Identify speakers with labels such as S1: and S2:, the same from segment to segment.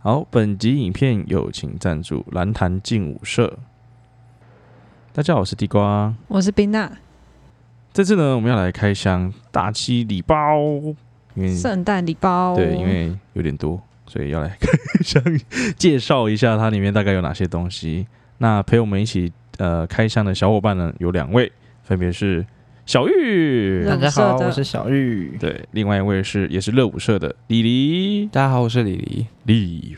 S1: 好，本集影片友情赞助蓝坛劲舞社。大家好，我是地瓜。
S2: 我是冰娜，
S1: 这次呢，我们要来开箱大七礼包，因为
S2: 圣哦诞礼包。
S1: 嗯对，因为有点多，所以要来开箱介绍一下它里面大概有哪些东西。那陪我们一起呃开箱的小伙伴呢，有两位，分别是小玉，
S2: 乐
S3: 大
S2: 舞
S3: 家好，
S2: 社的
S3: 我是小玉。
S1: 对，另外一位是也是热舞社的李黎嗯
S3: 大家好，我是李黎。
S1: Leave。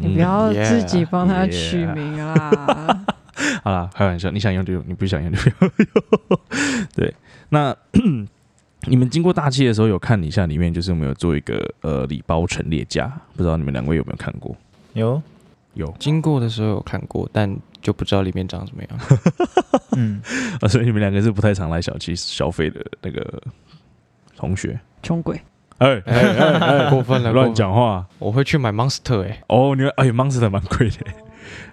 S2: 你不要自己帮他
S1: Yeah，
S2: 取 名啊！
S1: 好啦，开玩笑，你想用就用，你不想用就不要用。 对，那 你们经过大气的时候，有看一下里面就是有没有做一个呃礼包陈列架？不知道你们两位有没有看过？
S3: 有，
S1: 有
S4: 经过的时候有看过，但就不知道里面长什么样。
S3: 嗯，
S1: 啊，所以你们两个是不太常来小七消费的那个同学。
S2: 穷鬼，
S1: 哎
S4: 哎哎哎 过分 了，
S1: 乱
S4: 过分了！
S1: 讲话
S4: 我会去买 Monster 哎、
S1: 哦！你们哎，Monster 哦蛮贵的，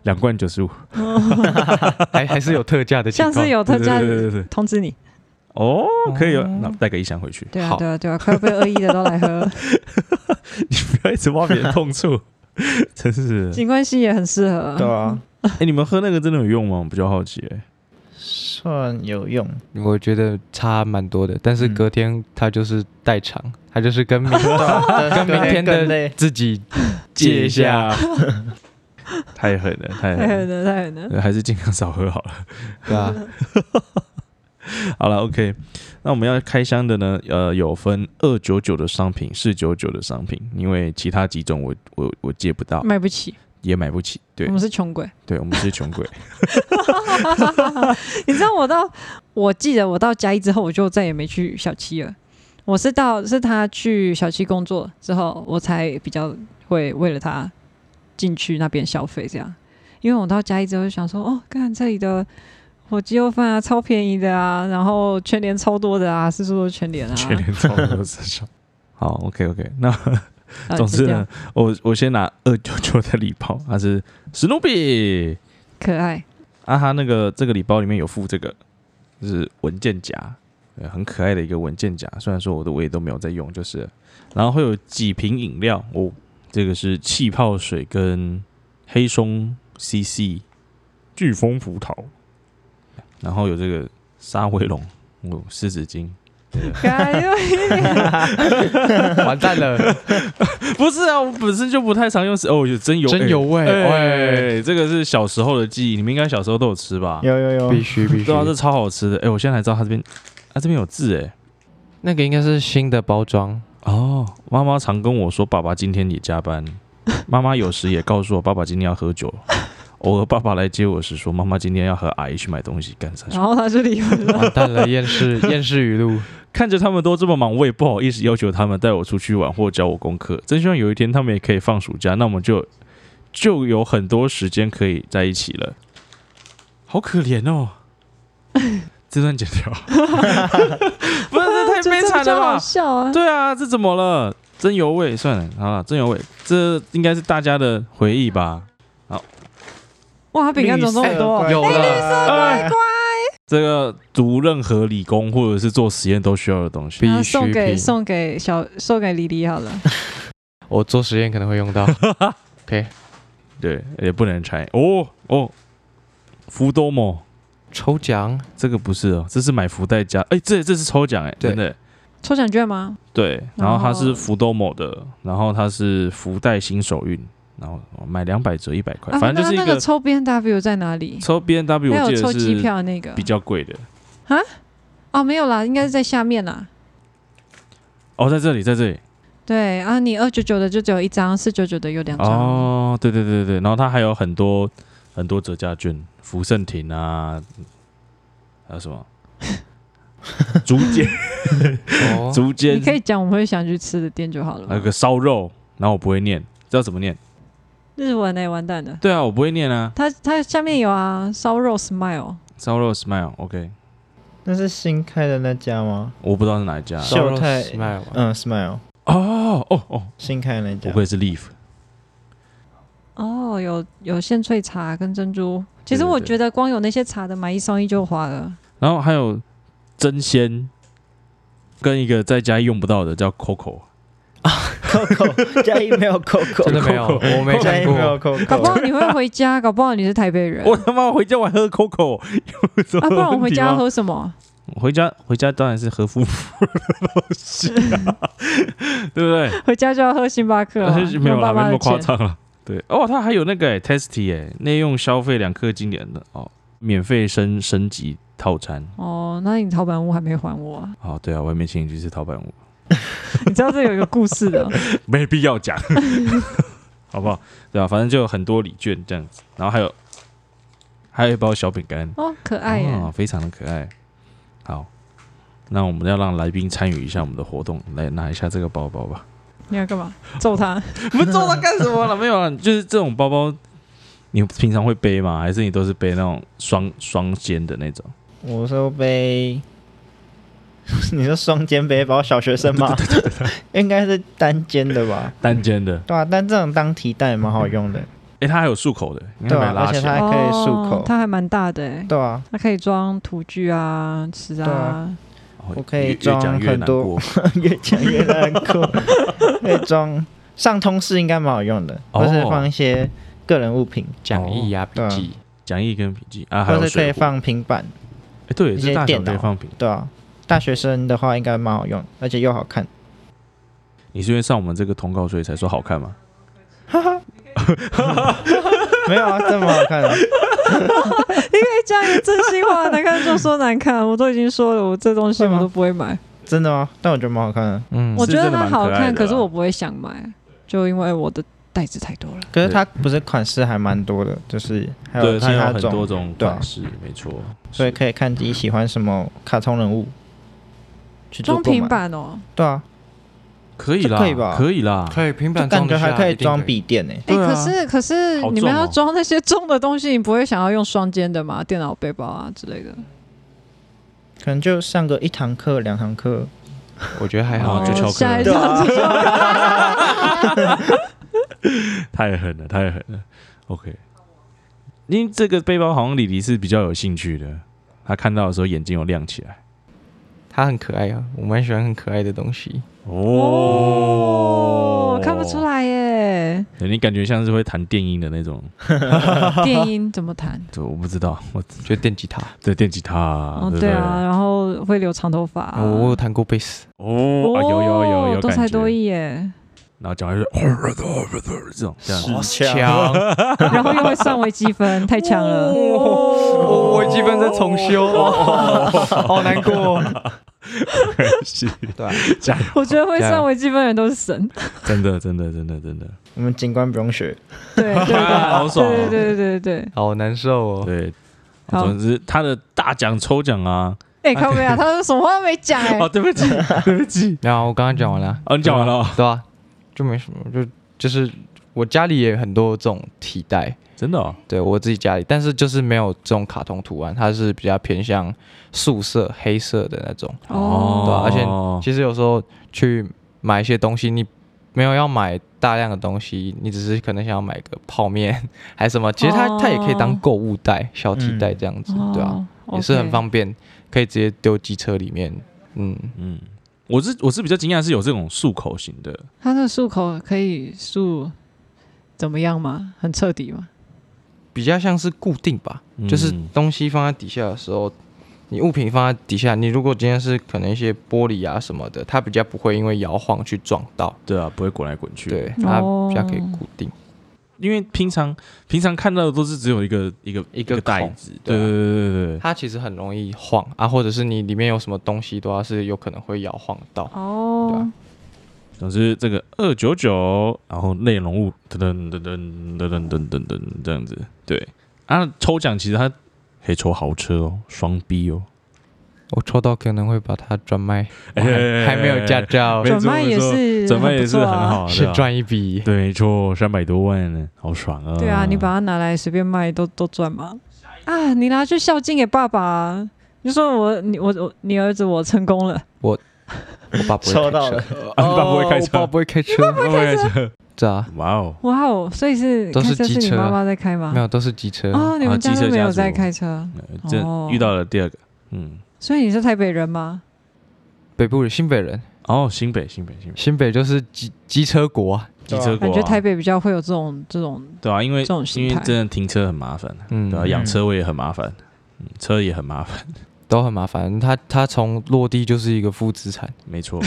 S1: 两罐九十五，
S4: 还还是有特价的情
S2: 像
S4: 况。
S2: 是有特
S1: 对
S2: 价
S1: 对对对对，
S2: 通知你。
S1: 哦，可以有，
S4: 哦
S1: 那带个一箱回去。
S2: 对啊，
S4: 好
S2: 对啊，对啊，快要被恶意的都来喝，
S1: 你不要一直挖别人痛处， 真是的。
S2: 景观系也很适合。
S3: 对啊，
S1: 哎、你们喝那个真的有用吗？我比较好奇、哎
S3: 算有用。
S4: 我觉得差蛮多的，但是
S3: 嗯
S4: 隔天它就是代偿，它就是跟明啊
S3: 啊
S4: 跟明天
S3: 更
S4: 的
S3: 累
S4: 自己
S1: 借
S4: 借
S1: 一
S4: 一
S1: 下
S4: 下，
S1: 太狠了，太
S2: 太
S1: 狠
S2: 狠了，太狠了。
S1: 了，还是尽量少喝好了。
S4: 对吧、
S1: 好了，OK，那我们要开箱的呢，呃，有分二九九的商品、四九九的商品，因为其他几种我我我借不到，
S2: 买不嗯起，
S1: 也买不起。对
S2: 我们是穷鬼。
S1: 对，我们是穷鬼。
S2: 你知道我到，我记得我到嘉义之后，我就再也没去小七了。我是到是他去小七工作之后，我才比较会为了他进去那边消费这样。因为我到嘉义之后就想说，哦，看这里的火鸡肉饭啊，超便宜的啊，然后全联超多的啊，四处都是全联啊，
S1: 全年超多至少。好，OK OK，那
S2: 啊
S1: 总之
S2: 就这
S1: 呢
S2: 样，
S1: 我我先拿二九九的礼包，它是史努比
S2: 可爱，
S1: 啊，它那个这个礼包里面有附这个，就是文件夹，对，很可爱的一个文件夹。虽然说我的我也都没有在用，就是了，然后会有几瓶饮料哦，这个是气泡水跟黑松 CC 飓风葡萄，然后有这个沙威龙哦，湿纸巾，
S2: 可爱又一点
S4: 完蛋了，
S1: 不是啊，我本身就不太常用湿哦，有真有
S4: 真有味
S1: 哎、
S4: 哎、
S1: 哎这个是小时候的记忆，你们应该小时候都有吃吧？
S3: 有有有
S4: 必，须必须
S1: 对。啊，这超好吃的。哎、我现在才知道它这边，啊，这边有字哎。
S4: 那个应该是新的包装，
S1: 哦，妈妈常跟我说，爸爸今天也加班。妈妈有时也告诉我，爸爸今天要喝酒。偶尔爸爸来接我时说，妈妈今天要和阿姨去买东西干啥？
S2: 然后他就离婚 了，
S4: 完蛋了，厌世厌世语录。
S1: 看着他们都这么忙，我也不好意思要求他们带我出去玩或教我功课。真希望有一天他们也可以放暑假，那我们就就有很多时间可以在一起了。好可怜哦，这段剪掉。不是，这太
S2: 就
S1: 悲
S2: 这
S1: 惨
S2: 比较
S1: 了吧
S2: 好？笑 啊，
S1: 对啊，这怎么了？真有味，算了，好了，真有味，这应该是大家的回忆吧。
S2: 哇，他饼干怎么那么多？啊
S3: 哎
S2: 哎
S4: 有了
S1: 乖乖，这个读任何理工或者是做实验都需要的东西。
S4: 必
S2: 啊
S4: 须
S2: 送给
S4: 品
S2: 送给小送给黎黎好了，
S4: 我做实验可能会用到。OK，
S1: 对，也不能拆。哦哦，福多摩，
S4: 抽奖
S1: 这个不是哦，这是买福袋加，哎，这这是抽奖哎，
S4: 对
S1: 真的。
S2: 抽奖券吗？
S1: 对，然后它
S2: 然
S1: 是
S2: 后
S1: 福多摩的，然后它是福袋新手运，然后哦买两百折一百块，
S2: 啊
S1: 反正就是
S2: 那
S1: 一
S2: 那
S1: 个
S2: 个抽 B N W 在哪里？
S1: 抽 B N W，
S2: 还
S1: 我
S2: 有
S1: 记得
S2: 抽机
S1: 是
S2: 票那个
S1: 比较贵的。
S2: 哦，没有啦，应该是在下面啦。
S1: 哦，在这里，在这里。
S2: 对啊，你二九九的就只有一张，四九九的有两张。
S1: 哦，对对对对，然后它还有很多很多折价券，福盛亭啊，还有什么竹间，
S4: 哦
S1: 竹
S2: 你
S1: 间，
S2: 可以讲我们会想去吃的店就好了
S1: 还有
S2: 嘛。
S1: 个烧肉，然后我不会念，知道怎么念？
S2: 日文哎，完蛋了。
S1: 对啊，我不会念啊，
S2: 它它下面有啊，烧肉 smile，
S1: 烧肉 smile，OK，、
S3: 那是新开的那家吗？
S1: 我不知道是哪一家
S3: 是
S4: 烧肉
S3: 秀泰
S4: smile 啊
S3: 嗯，Smile
S1: 哦哦哦，
S3: 新开的那
S1: 不
S3: 家。
S1: 愧是 leaf，
S2: 哦，有有现萃茶跟珍珠。其实
S1: 对对
S2: 我
S1: 对
S2: 觉得光有那些茶的买一送一就 花了。
S1: 然后还有真鲜，跟一个在家用不到的叫 Coco，
S3: Coco 嘉义没有 Coco，
S4: 真的没有， 我没
S3: 嘉
S4: 看
S3: 义没有
S4: 过。
S2: 搞不好
S3: Coco，
S2: 你会回家，搞不好你是台北人
S1: 我他妈回家我还喝 Coco，有什么
S2: 啊，不然我
S1: 问
S2: 回
S1: 题
S2: 家
S1: 吗
S2: 喝什么？
S1: 回家回家当然是和夫妇啊 的东西、啊，
S2: 回家就要喝星巴克
S1: 对
S2: 啊、
S1: 不 对？没有
S2: 用
S1: 啦，
S2: 爸
S1: 没那
S2: 妈的
S1: 么夸
S2: 钱。
S1: 张了。对哦，它还有那个、欸、Testy 哎、内用消费两克经典的哦，免费升升级套餐。
S2: 哦，那你老板屋还没还我、啊，
S1: 哦，对啊，我还 没请你去吃陶板屋，
S2: 你知道这有一个故 事的，
S1: 没必要 讲，好不好？对啊，反正就有很多礼券这样子，然后还有还有一包小饼干，
S2: 哦，可爱耶！
S1: 哦，非常的可爱。好，那我们要让来宾参与一下我们的活动，来拿一下这个包包吧。
S2: 你要干嘛？揍他？
S1: 我们揍他干什么了？没有啊，就是这种包包，你平常会背吗？还是你都是背那种双双肩的那种？
S3: 我说背， 你说双肩背包小学生吗？应该是单肩的吧？
S1: 单肩的？
S3: 对啊，但这种当提袋也蛮好用的，
S1: 哎、它还有束口的，你
S3: 对
S1: 看
S3: 啊
S1: 把它拉
S3: 而且
S1: 起
S3: 它
S1: 来。
S3: 还可以漱口
S2: 哦它还蛮大的哎，
S3: 对啊，
S2: 它可以装土具啊、吃
S3: 对
S2: 啊
S3: 啊。
S1: 哦
S3: 我可以
S1: 越越讲
S3: 装
S1: 越
S3: 很
S1: 难
S3: 多
S1: 过。
S3: 越讲越难过。可以装上通式应该蛮好用的，
S1: 哦
S3: 或是放一些个人物品，
S4: 讲义呀、笔
S3: 对啊
S4: 记，
S1: 讲义跟笔记啊，还有
S3: 或是可
S1: 水
S3: 以
S1: 壶。哎、
S3: 放平板，
S1: 对，
S3: 一
S1: 这
S3: 些
S1: 大小
S3: 电
S1: 可以
S3: 脑
S1: 放平。
S3: 对啊。大学生的话应该蛮好用，而且又好看。
S1: 你是因为上我们这个通告所以才说好看吗？
S3: 没有啊，这么好看啊！
S2: 哎，这样一个真心话，难看就说难看，我都已经说了，我这东西
S3: 会吗
S2: 我都不会买。
S3: 真的吗？但我觉得蛮好看的。
S4: 嗯，
S2: 我觉得
S1: 真的
S2: 它
S1: 蛮可
S2: 好
S1: 爱的啊
S2: 看，
S1: 啦
S2: 可是我不会想买，就因为我的袋子太多了。
S3: 可是它不是款式还蛮多的，就是还有
S1: 对，它
S3: 其
S1: 有
S3: 他
S1: 很多
S3: 种，
S1: 种
S3: 对啊
S1: 款式，没错。
S3: 所以可以看自己喜欢什么卡通人物去做
S2: 装
S3: 购
S2: 平
S3: 买。
S2: 板哦，
S3: 对啊，
S1: 可以啦，
S3: 这可以吧
S1: 可以啦。
S4: 可以平
S3: 就
S4: 板
S3: 感
S4: 装
S3: 觉
S4: 得
S3: 还
S4: 下
S3: 可以装。
S4: 一定
S3: 笔电呢、欸
S2: 哎、
S1: 对啊
S2: 可是可是
S1: 好
S2: 你
S1: 重
S2: 们要
S1: 哦
S2: 装那些重的东西，你不会想要用双肩的吗？电脑背包啊之类的。
S3: 可能就上个一堂课、两堂课。
S4: 可以我觉得还
S1: 哦
S4: 好，
S1: 就翘课
S2: 下一
S1: 对啊
S2: 张就
S1: 太狠了，太狠了。OK，因为这个背包好像李黎是比较有兴趣的，他看到的时候眼睛有亮起来。
S4: 它很可爱啊，我蛮喜欢很可爱的东西。
S2: 哦，看不出来耶。
S1: 对，你感觉像是会弹电音的那种，
S2: 电音怎么弹？
S1: 对，我不知道，我
S4: 就电吉他，
S1: 对电吉他，
S2: 哦，
S1: 对不
S2: 对啊，，然后会留长头发、啊。
S4: 哦我我有弹过贝斯，
S1: 哦，啊有有有有
S2: 多
S1: 感
S2: 才
S1: 觉，
S2: 多艺耶，
S1: 然后讲话就是 这种这样，哦
S3: 哦
S4: 强，
S2: 然后又会算微积分，太强了。
S4: 哦我微积分在重修，哦好难过。
S1: 是
S4: 对啊，
S1: 加油，
S2: 我觉得会算微积分的人都是神，
S1: 真的真的真的真的，
S3: 我们警官不用学，
S2: 对对对
S1: 好爽哦，
S2: 对对对对对。
S4: 好难受哦。
S1: 对，
S2: 好
S1: 总之他的大奖抽奖啊，
S2: 哎，靠背啊，他说什么话都没讲哎
S1: 哦，，对不起对不起，
S4: 然啊后我刚刚讲完了，
S1: 哦，你讲完了哦，
S4: 对啊，就没什么，就就是我家里也很多这种提袋，
S1: 真的哦，
S4: 对我自己家里，但是就是没有这种卡通图案，它是比较偏向素色、黑色的那种。
S2: 哦
S1: 哦
S4: 对啊而且其实有时候去买一些东西，你没有要买大量的东西，你只是可能想要买个泡面还是什么，其实它、它也可以当购物袋、小提袋这样子，对啊，
S2: 哦
S4: 也是很
S2: OK
S4: 方便，可以直接丢机车里面。嗯，
S1: 嗯，我是我是比较惊讶是有这种漱口型的，
S2: 它的漱口可以漱怎么样吗？很彻底吗？
S4: 比较像是固定吧，就是
S1: 嗯
S4: 东西放在底下的时候，你物品放在底下，你如果今天是可能一些玻璃啊什么的，它比较不会因为摇晃去撞到，
S1: 对啊，不会滚来滚去，
S4: 对，它
S2: 哦
S4: 比较可以固定。
S1: 因为平常平常看到的都是只有一个一个
S4: 一个
S1: 袋
S4: 孔
S1: 子，对
S4: 对啊
S1: 对对对对，
S4: 它其实很容易晃啊，或者是你里面有什么东西的话，啊是有可能会摇晃到。对
S2: 哦
S4: 啊，
S1: 总之这个二九九，然后内容物噔噔噔噔噔噔噔噔噔这样子，对啊，抽奖其实它可以抽豪车哦，双 B 哦，
S4: 我抽到可能会把它转 卖，我还
S1: 哎哎哎
S4: 还没有驾照，
S1: 没
S2: 转卖也是
S1: 转卖也是
S2: 不
S1: 很
S2: 错啊。
S1: 好
S4: 是
S1: 的、啊，
S4: 赚一笔。
S1: 对，没错，三百多万呢，好爽啊！
S2: 对啊，你把它拿来随便卖都都赚嘛。啊，你拿去孝敬给爸爸啊、你就说我你我我你儿子我成功了，
S4: 我爸不会
S3: 抽到
S4: 开
S3: 了
S4: 车，哦
S1: 啊你爸不会开
S4: 我
S1: 车
S4: 爸不会开车，
S1: 它，
S4: 对啊，
S1: 哇哦，
S2: 哇哦！所以是
S4: 都
S2: 开
S4: 是
S2: 车是
S4: 机
S2: 你
S4: 车啊
S2: 妈妈在开吗
S4: 没？有都是机车，
S2: 哦，你
S1: 啊
S2: 们家
S1: 机车
S2: 都没
S1: 家
S2: 有
S1: 族
S2: 在开车，
S1: 呃这
S2: 哦
S1: 遇到了第二个，嗯，
S2: 所以你是台北人吗？
S4: 北部人，新北人，
S1: 哦，新北，新北，新北，
S4: 新北就是机机车国啊，
S1: 机车国、
S2: 感
S1: 啊，
S2: 觉台北比较会有这种这种
S1: 对啊，因为
S2: 这种心
S1: 因为
S2: 态
S1: 真的停车很麻烦，
S4: 嗯，
S1: 对啊，养车位也很麻烦，嗯，车也很麻烦，
S4: 都很麻烦。它它从落地就是一个负资产，
S1: 没 错，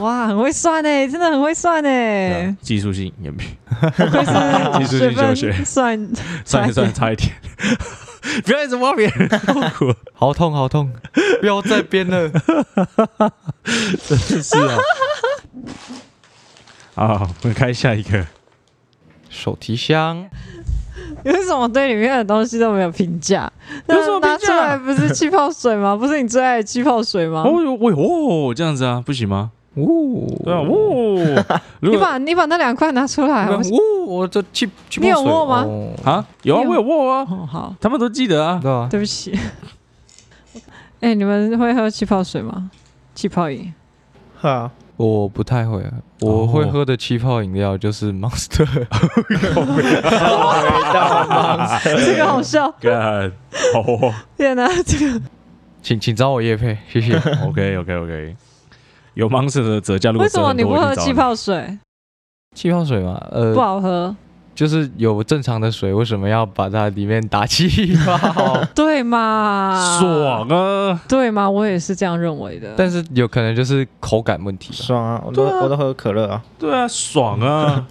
S2: 哇，很会算哎、真的很会算
S1: 对
S2: 哎、
S1: 啊技术性也没，
S2: 不愧是
S1: 啊 技术性
S2: 分
S1: 休学
S2: 算
S1: 算一算差一点， 不要一直挖别人痛苦，
S4: 好痛好痛， 不要再编了。
S1: 是啊。啊，我们开下一个。
S4: 手提箱，
S2: 你为什么对里面的东西都没有评价？
S1: 有什么
S2: 那拿
S1: 评
S2: 出
S1: 价
S2: 来不是气泡水吗？不 是你最爱的气泡水吗？
S1: 哦哟，喂哦，这样子啊，不行吗？
S4: 呜、
S1: 对啊，哦，如
S2: 你
S1: 果
S2: 把你把那两块拿出来，哎我
S4: 呜、我这气气泡水
S2: 你有握吗
S4: 哦
S1: 啊，有啊，我有握啊，
S2: 哦好，
S1: 他们都记得啊。
S4: 对啊，
S2: 对 不起。哎、你们会喝气泡水吗？气 泡饮？
S3: 哈，
S4: 我不太会啊，我会喝的气泡饮料就是 Monster，、
S2: 这个好笑，
S1: 干，好哦。
S2: 天哪、这个
S4: 请请找我叶配，谢谢。
S1: OK OK OK，有 Monster 的折价，如果
S2: 为什
S1: 折
S2: 么
S1: 很
S2: 你
S1: 多
S2: 不
S1: 我一定
S2: 喝
S1: 找
S2: 气
S1: 你？
S2: 泡水？
S4: 气泡水嘛，呃
S2: 不，好喝，
S4: 就是有正常的水，为什么要把它里面打气泡？
S2: 对嘛？
S1: 爽啊！
S2: 对吗？我也是这样认为的。
S4: 但是有可能就是口感问 题吧，
S3: 爽啊！我都
S1: 对啊
S3: 我都喝可乐啊，
S1: 对啊，爽 啊！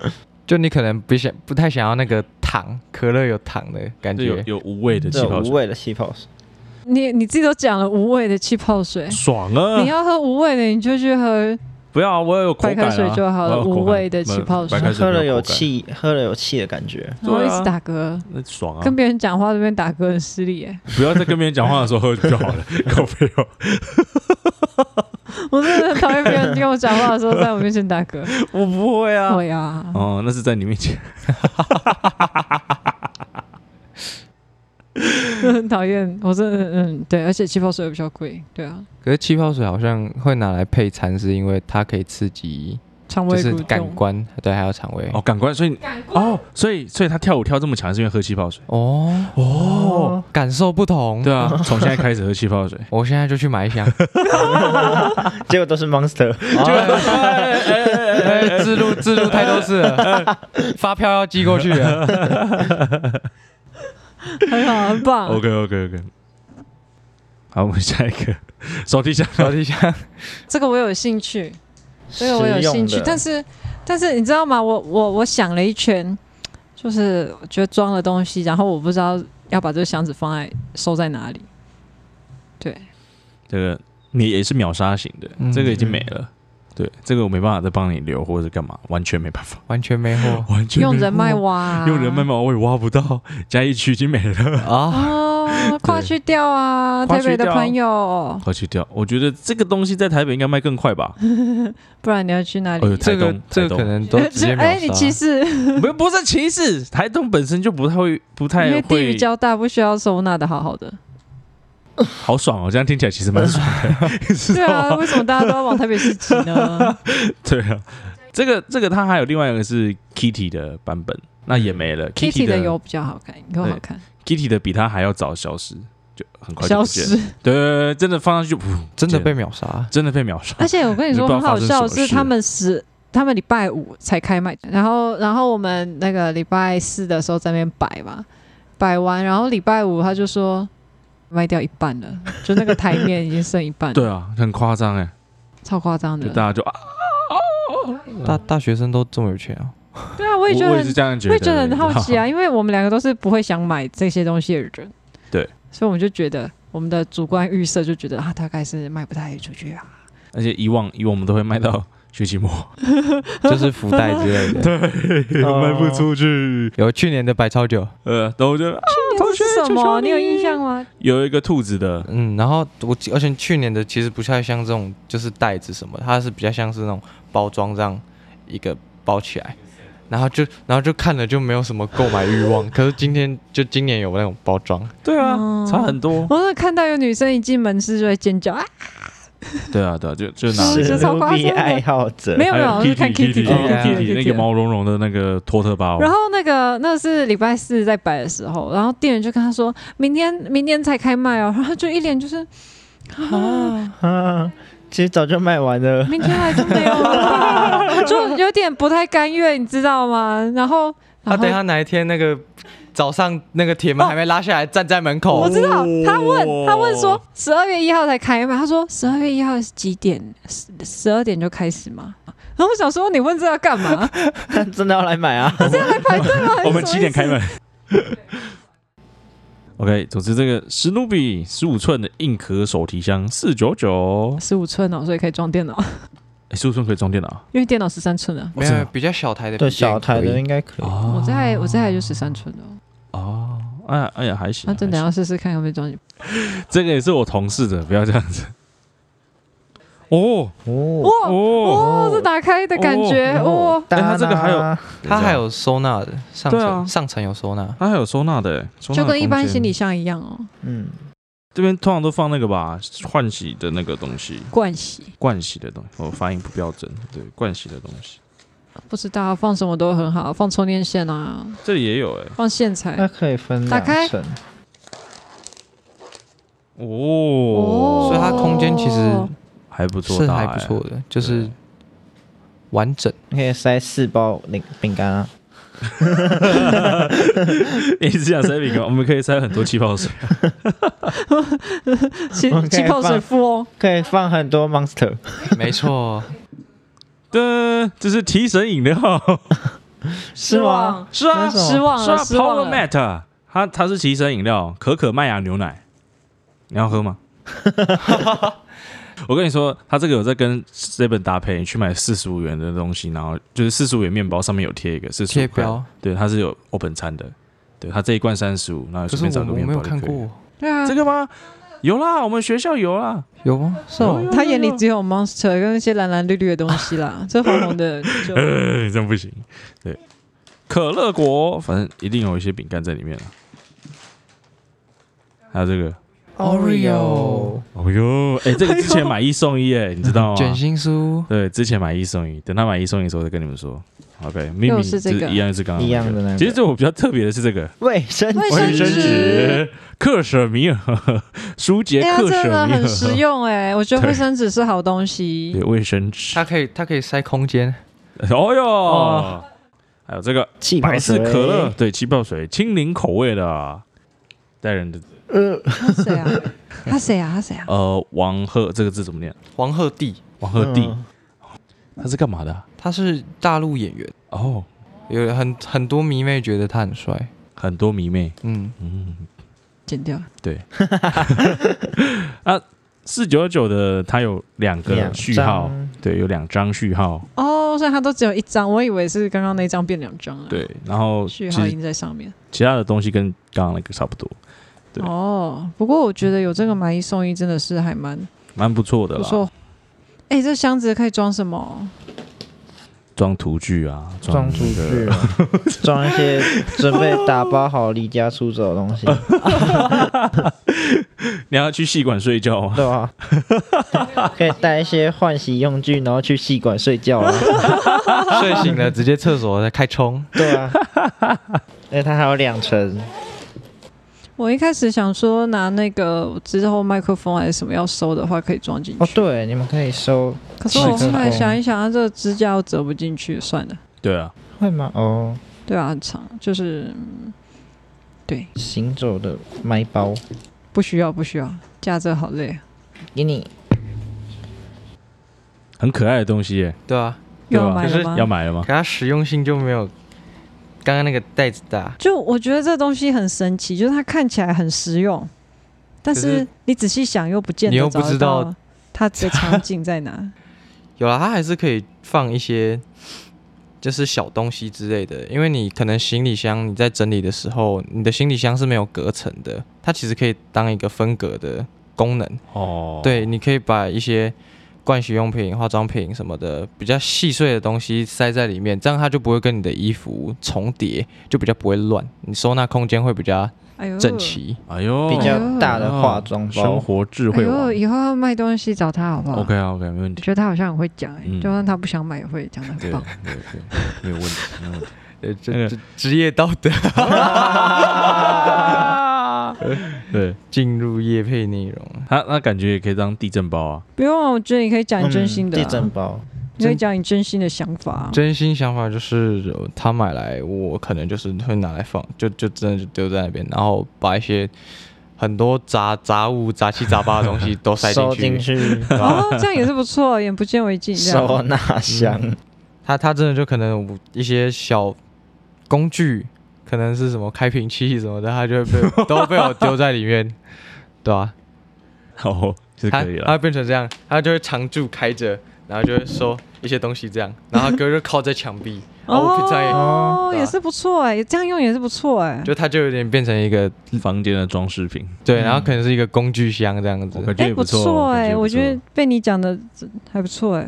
S4: 就你可能不想不太想要那个糖，可乐有糖的感
S1: 就有
S4: 觉，
S1: 有无味的
S3: 这
S1: 气
S3: 种
S1: 泡
S3: 无
S1: 水，
S3: 味的气泡水，
S2: 你你自己都讲了无味的气泡水，
S1: 爽
S2: 你
S1: 啊！
S2: 要喝无味的，你就去喝。
S1: 不要啊，我有口感啊
S2: 白开水就好
S1: 我
S2: 了
S1: 有口感
S2: 无味的气泡 水
S1: 白开水
S3: 喝
S1: 没
S3: 了有
S1: 口感，
S3: 气，喝了有气的感觉。
S2: 然后
S1: 对
S2: 一
S1: 啊
S2: 直打嗝，
S1: 那爽啊！
S2: 跟别人讲话这边打嗝很失礼哎，
S1: 不要在跟别人讲话的时候喝就好 了，哦够没有？
S2: 我真的很讨厌别人跟我讲话的时候在我面前打嗝。
S1: 我不会 啊
S2: 会呀，
S1: 哦，那是在你面前。
S2: 真的很 讨厌，我真的嗯嗯对，而且气泡水也比较贵，对啊，
S4: 可是气泡水好像会拿来配餐，是因为它可以刺激
S2: 肠
S4: 就
S2: 胃
S4: 是
S2: 蠕
S4: 感
S2: 动。
S4: 官，对，还有肠胃。
S1: 哦，感官，所以哦，所以所以他跳舞跳这么强，是因为喝气泡水
S4: 哦
S1: 哦。
S4: 感受不同。
S1: 对，啊， 从现在开始喝气泡水。
S4: 我现在就去买一箱，
S3: 结果都是 Monster，
S4: 就自录自录太多次了，发票要寄过去了。
S2: 很好，很棒。
S1: OK OK OK。好，我们下一个 手提箱。
S4: 小提箱，
S2: 这个我有兴趣，这个我有
S3: 实用
S2: 兴趣
S3: 的，
S2: 但是但是你知道吗？我我我想了一圈，就是我觉得装了东西，然后我不知道要把这个箱子放在收在哪里。对，
S1: 这个你也是秒杀型的，
S4: 嗯
S1: 这个已经没了。对，这个我没办法再帮你留或者干嘛，完全没办法，
S4: 完全没货
S1: 完全没
S2: 用人脉
S1: 哇
S2: 挖 啊，
S1: 用人脉嘛，我也挖不到， 嘉义区已经没了，
S4: 啊！
S2: 哦，跨区掉啊，
S1: 跨
S2: 台
S1: 区
S2: 北的
S1: 调
S2: 朋 友，
S1: 快去掉。我觉得这个东西在台北应该卖更快吧？
S2: 不然你要去哪
S1: 哦，有
S2: 里？
S1: 台
S4: 这个
S1: 东，
S4: 这
S1: 台
S4: 个可
S1: 东，
S4: 能都直接 秒
S2: 哎，你歧
S4: 杀。
S2: 视，因
S1: 不不是歧视，台东本身就不太会，不太
S2: 为地
S1: 会
S2: 域，较大，不需要收纳的好 好的。
S1: 好爽哦，这样听起来其实蛮爽的，知
S2: 对
S1: 道吗
S2: 啊，为什么大家都要往台北市挤呢？
S1: 对啊，这个这个它还有另外一个是 Kitty 的版本，那也没了。
S2: Kitty 的
S1: 的
S2: 油比较好看，有好看，
S1: Kitty 的比它还要早消失，就很快就
S2: 消
S1: 不见了
S2: 失。
S1: 对对对，真的放上去就噗，
S4: 真的被
S1: 见了
S4: 秒杀，
S1: 真的被秒杀。
S2: 而且我跟你
S1: 你
S2: 说
S1: 不
S2: 很
S1: 知道
S2: 好笑，
S1: 发生什么
S2: 是
S1: 事
S2: 他们十，他们礼拜五才开卖，然后然后我们那个礼拜四的时候在那边摆嘛，摆完，然后礼拜五他就说卖掉一半了，就那个台面已经剩一半 了，
S1: 对啊，很夸张哎，
S2: 超夸张
S1: 就
S2: 的
S1: 大。家就啊，
S4: 大大学生都这么有钱啊！
S2: 对啊，
S1: 我
S2: 我也觉得
S1: 我
S2: 很
S1: 也是这样觉得，
S2: 会觉得很好 奇啊，
S1: 你知道吗。
S2: 因为我们两个都是不会想买这些东西的人，
S1: 对，
S2: 所以我们就觉得我们的主观预设就觉得啊，大概是卖不太出去啊，
S1: 而且以往以往我们都会卖到学期末，
S4: 就是福袋之类的。
S1: 对， 卖不出去。
S4: 有去年的白超酒，
S1: 呃，然后我就啊，同学
S2: 是什
S1: 求求
S2: 么？你有印象吗？
S1: 有一个兔子的，
S4: 嗯，然后我记而且去年的其实不太像这种，就是袋子什么，它是比较像是那种包装这样一个包起来，然后就然后就看了就没有什么购买欲望。可是今天就今年有那种包装，
S1: 对啊，
S2: 哦
S1: 差很多。
S2: 我是看到有女生一进门是就在尖叫啊，
S1: 对啊，对啊，就就拿
S2: 是
S1: 那
S2: 就
S1: 个
S2: 是超
S3: 牛
S2: 夸张的
S3: 逼爱好者，
S2: 没有
S1: 还
S2: 没有，我是看
S1: Kitty
S2: Kitty
S4: 的
S1: Kitty
S4: 对
S1: Kitty 那个。毛茸茸的那个托特包，
S2: 然后那个那是礼拜四在摆的时候，然后店员就跟他说明天明天才开卖哦，然后就一脸就是啊，
S3: 啊，其实早就卖完了。
S2: 明天来就没有了，就有点不太甘愿，你知道吗？然后，
S4: 啊他
S2: 然后
S4: 等一下哪一天那个早上那个铁门还没拉下来，站在门口
S1: 哦
S2: 我，知道，他问他问说十二月一号才开吗？他说十二月一号是几点？十十二点就开始吗？然后我想说，你问这要 干嘛？
S3: 真的要来买啊！
S2: 这样来排队吗？
S1: 我们七点开
S2: 还是什么意思。
S1: 门。OK，总之这个史努比十五寸的硬壳手提箱四九九，
S2: 十五寸哦，所以可以装电脑，
S1: 十五寸可以装电脑啊
S2: 因为电脑十三寸啊。
S4: 没
S1: 我知
S4: 有
S1: 道
S4: 比较小台的，
S3: 对，小台的，应该可以。
S1: 哦
S2: 我这台我这台就十三寸的哦，
S1: 哦，哎呀哎呀，还行。
S2: 那真的
S1: 还
S2: 要试试看有没有装进。
S1: 行这个也是我同事的，不要这样子。哦
S3: 哦，
S2: 哇
S1: 哦，
S2: 哦，这打开的感觉
S3: 哦
S2: 哇！
S1: 哎它这个还有
S3: 当然啊
S4: 它还有收纳的，上
S1: 对啊
S4: 层上层有收纳，
S1: 它还有收纳的，欸收纳的
S2: 就跟一般
S1: 空间
S2: 行李箱一样哦，
S3: 嗯，
S1: 这边通常都放那个吧，换洗的那个东西，
S2: 盥洗
S1: 盥洗的东西。我发音不标准，对，盥洗的东西，
S2: 不知道放什么都很好，放充电线啊，
S1: 这里也有哎、
S2: 放线材，
S3: 它可以分
S2: 打开
S3: 两层。
S1: 哦，
S4: 所以它空间其实
S1: 还不错
S4: 是
S1: 大欸，
S4: 还不错的，就
S1: 对，
S4: 是完整。
S3: 你可以塞四包那个饼干啊，
S1: 你只想塞饼干，我们可以塞很多气泡水。
S2: 气
S3: 我们可以
S2: 气泡水哦
S3: 放
S2: 富翁。
S3: 可以放很多 Monster。
S4: 没错，
S1: 噔，这是提神饮料，
S3: 是吗？
S1: 是啊，
S3: 那是
S1: 是
S3: 什么
S2: 失望
S1: 啊
S2: 了，失望
S1: ，Power
S2: 了。
S1: Mat，它它是提神饮料，可可麦芽牛奶，你要喝吗？ 我跟你说，它这个有在跟 Seven 搭配，你去买四十五元的东西，然后就是四十五元面包上面有贴一个是
S4: 贴标，
S1: 对，它是有 open 餐的，对，它这一罐三十五，然后
S4: 可
S1: 随
S4: 是
S1: 便
S4: 我
S1: 找个
S4: 我
S1: 面
S4: 没
S1: 包
S4: 有
S1: 就
S4: 看
S1: 可以了
S4: 过，
S2: 对啊
S1: 这，个吗？有啦，我们学校有 啦，
S4: 有吗？是哦，
S2: 他眼里只有 monster 跟那些蓝蓝绿绿的东西啦，这红红的就
S1: 呃，真不行。对，可乐果，反正一定有一些饼干在里面了。还有这个，
S4: Oreo
S1: 哦哟，哎、这个之前买一送一、哎，你知
S3: 嗯
S1: 道吗？
S4: 卷心酥，
S1: 对，之前买一送一，等他买一送一的时候再跟你们说。OK，秘密
S2: 又是这个
S1: 一样是刚刚
S3: 一样的那个
S1: 其实这我比较特别的是这个
S3: 卫生
S1: 卫
S2: 卫
S1: 生
S2: 生
S1: 纸
S2: 纸，
S1: 克舍米尔， 舒洁
S2: 哎呀，
S1: 克
S2: 真
S1: 舍
S2: 的
S1: 米尔
S2: 很，实用哎，我觉
S1: 啊
S2: 得
S1: 对
S2: 卫生纸是好东西
S1: 对，。卫生纸。
S4: 它可以它可以塞空间，
S1: 哦哟，
S4: 哦
S1: 还有这个
S3: 气泡
S1: 百事
S3: 水
S1: 可乐，，对，气泡水，青柠口味的啊，带人的。
S3: 呃，
S2: 他谁啊？他谁啊？他谁啊？
S1: 呃，王鹤这个字怎么念？
S4: 黄鹤棣，
S1: 王鹤棣，
S3: 嗯
S1: 他是干嘛的啊、
S4: 他是大陆演员，
S1: 哦，
S4: 有很很多迷妹觉得他很帅，
S1: 很多迷妹，
S4: 嗯，
S1: 嗯，
S2: 剪掉。
S1: 对。啊，四九九的它有两个
S3: 两
S1: 序号
S3: 张，
S1: 对，有两张序号，
S2: 哦，所以他都只有一张，我以为是刚刚那张变两张了。，
S1: 对，然后其
S2: 序号
S1: 实
S2: 印在上面。
S1: 其他的东西跟刚刚那个差不多，对
S2: 哦，不过我觉得有这个买一送一真的是还蛮
S1: 蛮不错的
S2: 不
S1: 啦，
S2: 错。哎，这箱子可以装什么？
S1: 装图具啊，
S3: 装出
S1: 那个
S3: 去，装一些准备打包好离家出走的东 西，
S1: 你要去戏馆睡觉吗？啊
S3: 对吧？可以带一些换洗用具，然后去戏馆睡 觉啊，
S4: 睡醒了直接厕所再开冲，
S3: 对啊。因为它还有两层，
S2: 我一开始想说拿那个之后麦克风还是什么要收的话可以装进
S3: 哦，
S2: 去，
S3: 对，你们可以收，
S2: 可是我后来
S3: 是
S2: 想一想，它这个支架又折不进去，算了，
S1: 对啊，
S3: 会吗？哦，
S2: 对啊，很长，就是嗯对，
S3: 行走的麦包，
S2: 不需要不需要，架着好累，
S3: 给你，
S1: 很可爱的东西耶，
S4: 对啊，
S1: 对
S2: 又要
S1: 吧
S2: 买
S4: 可
S2: 了
S4: 是
S2: 吗？
S1: 要买了吗
S4: 可？它实用性就没有刚刚那个袋子大，
S2: 就我觉得这东西很神奇，就是它看起来很实用，但
S4: 可是
S2: 是你仔细想又不见得
S4: 你又不知
S2: 找
S4: 道
S2: 得到它的场景在哪。
S4: 有啦，它还是可以放一些就是小东西之类的，因为你可能行李箱你在整理的时候，你的行李箱是没有隔层的，它其实可以当一个分隔的功能。
S1: 哦，
S4: 对，你可以把一些盥洗用品、化妆品什么的比较细碎的东西塞在里面，这样它就不会跟你的衣服重叠，就比较不会乱，你收纳空间会比较
S2: 哎呦，
S4: 整齐。
S1: 哎呦，
S3: 比较大的
S1: 哦
S3: 化妆
S1: 生
S3: 包，嗯
S1: 活智
S2: 哎
S1: 慧王
S2: 呦，以后要卖东西找他好不好
S1: ，OK 啊，OK，没问
S2: 我
S1: 题，
S2: 觉得他好像很会讲、哎、
S1: 嗯
S2: 就算他不想买也会讲的
S1: 对对
S2: 很棒。
S1: 对，没有问题，没有问题。
S4: 呃，
S1: 那
S4: 这
S1: 个
S4: 这职业道德，
S1: 对，
S4: 进入夜配内容了。
S1: 他 那感觉也可以当地震包啊，
S2: 不用啊，我觉得你可以讲你真心的、
S3: 地震
S2: 啊，
S3: 包，
S2: 你可以讲你真心的想法、啊。
S4: 真心想法就是，呃他买来我可能就是会拿来放，就就真的就丢在那边，然后把一些很多杂杂物、杂七杂八的东西都塞进
S3: 收进
S4: 去。
S3: 去，
S4: 对吧
S2: 哦，这样也是不错，眼不见为净 这
S3: 收
S2: 样。
S3: 纳
S1: 嗯
S3: 箱，
S4: 他他真的就可能有一些小工具，可能是什么开瓶器什么的，他就会 被都被我丢在里面，对吧、
S1: 哦，是
S4: 他
S1: 可以了。
S4: 他变成这样，他就会常驻开着，然后就会收一些东西这样，然后他哥就靠在墙壁，然后我平常也、
S2: 哦，
S4: 对啊
S2: 也是不错哎，这样用也是不错哎。
S4: 就他就有点变成一个
S1: 房间的装饰品，
S4: 对，然后可能是一个工具箱这样子
S1: 我，感觉
S2: 哎，
S1: 也
S2: 不
S1: 错
S2: 哎，我觉
S1: 也
S2: 得
S1: 不错
S2: 被你讲的还不错哎。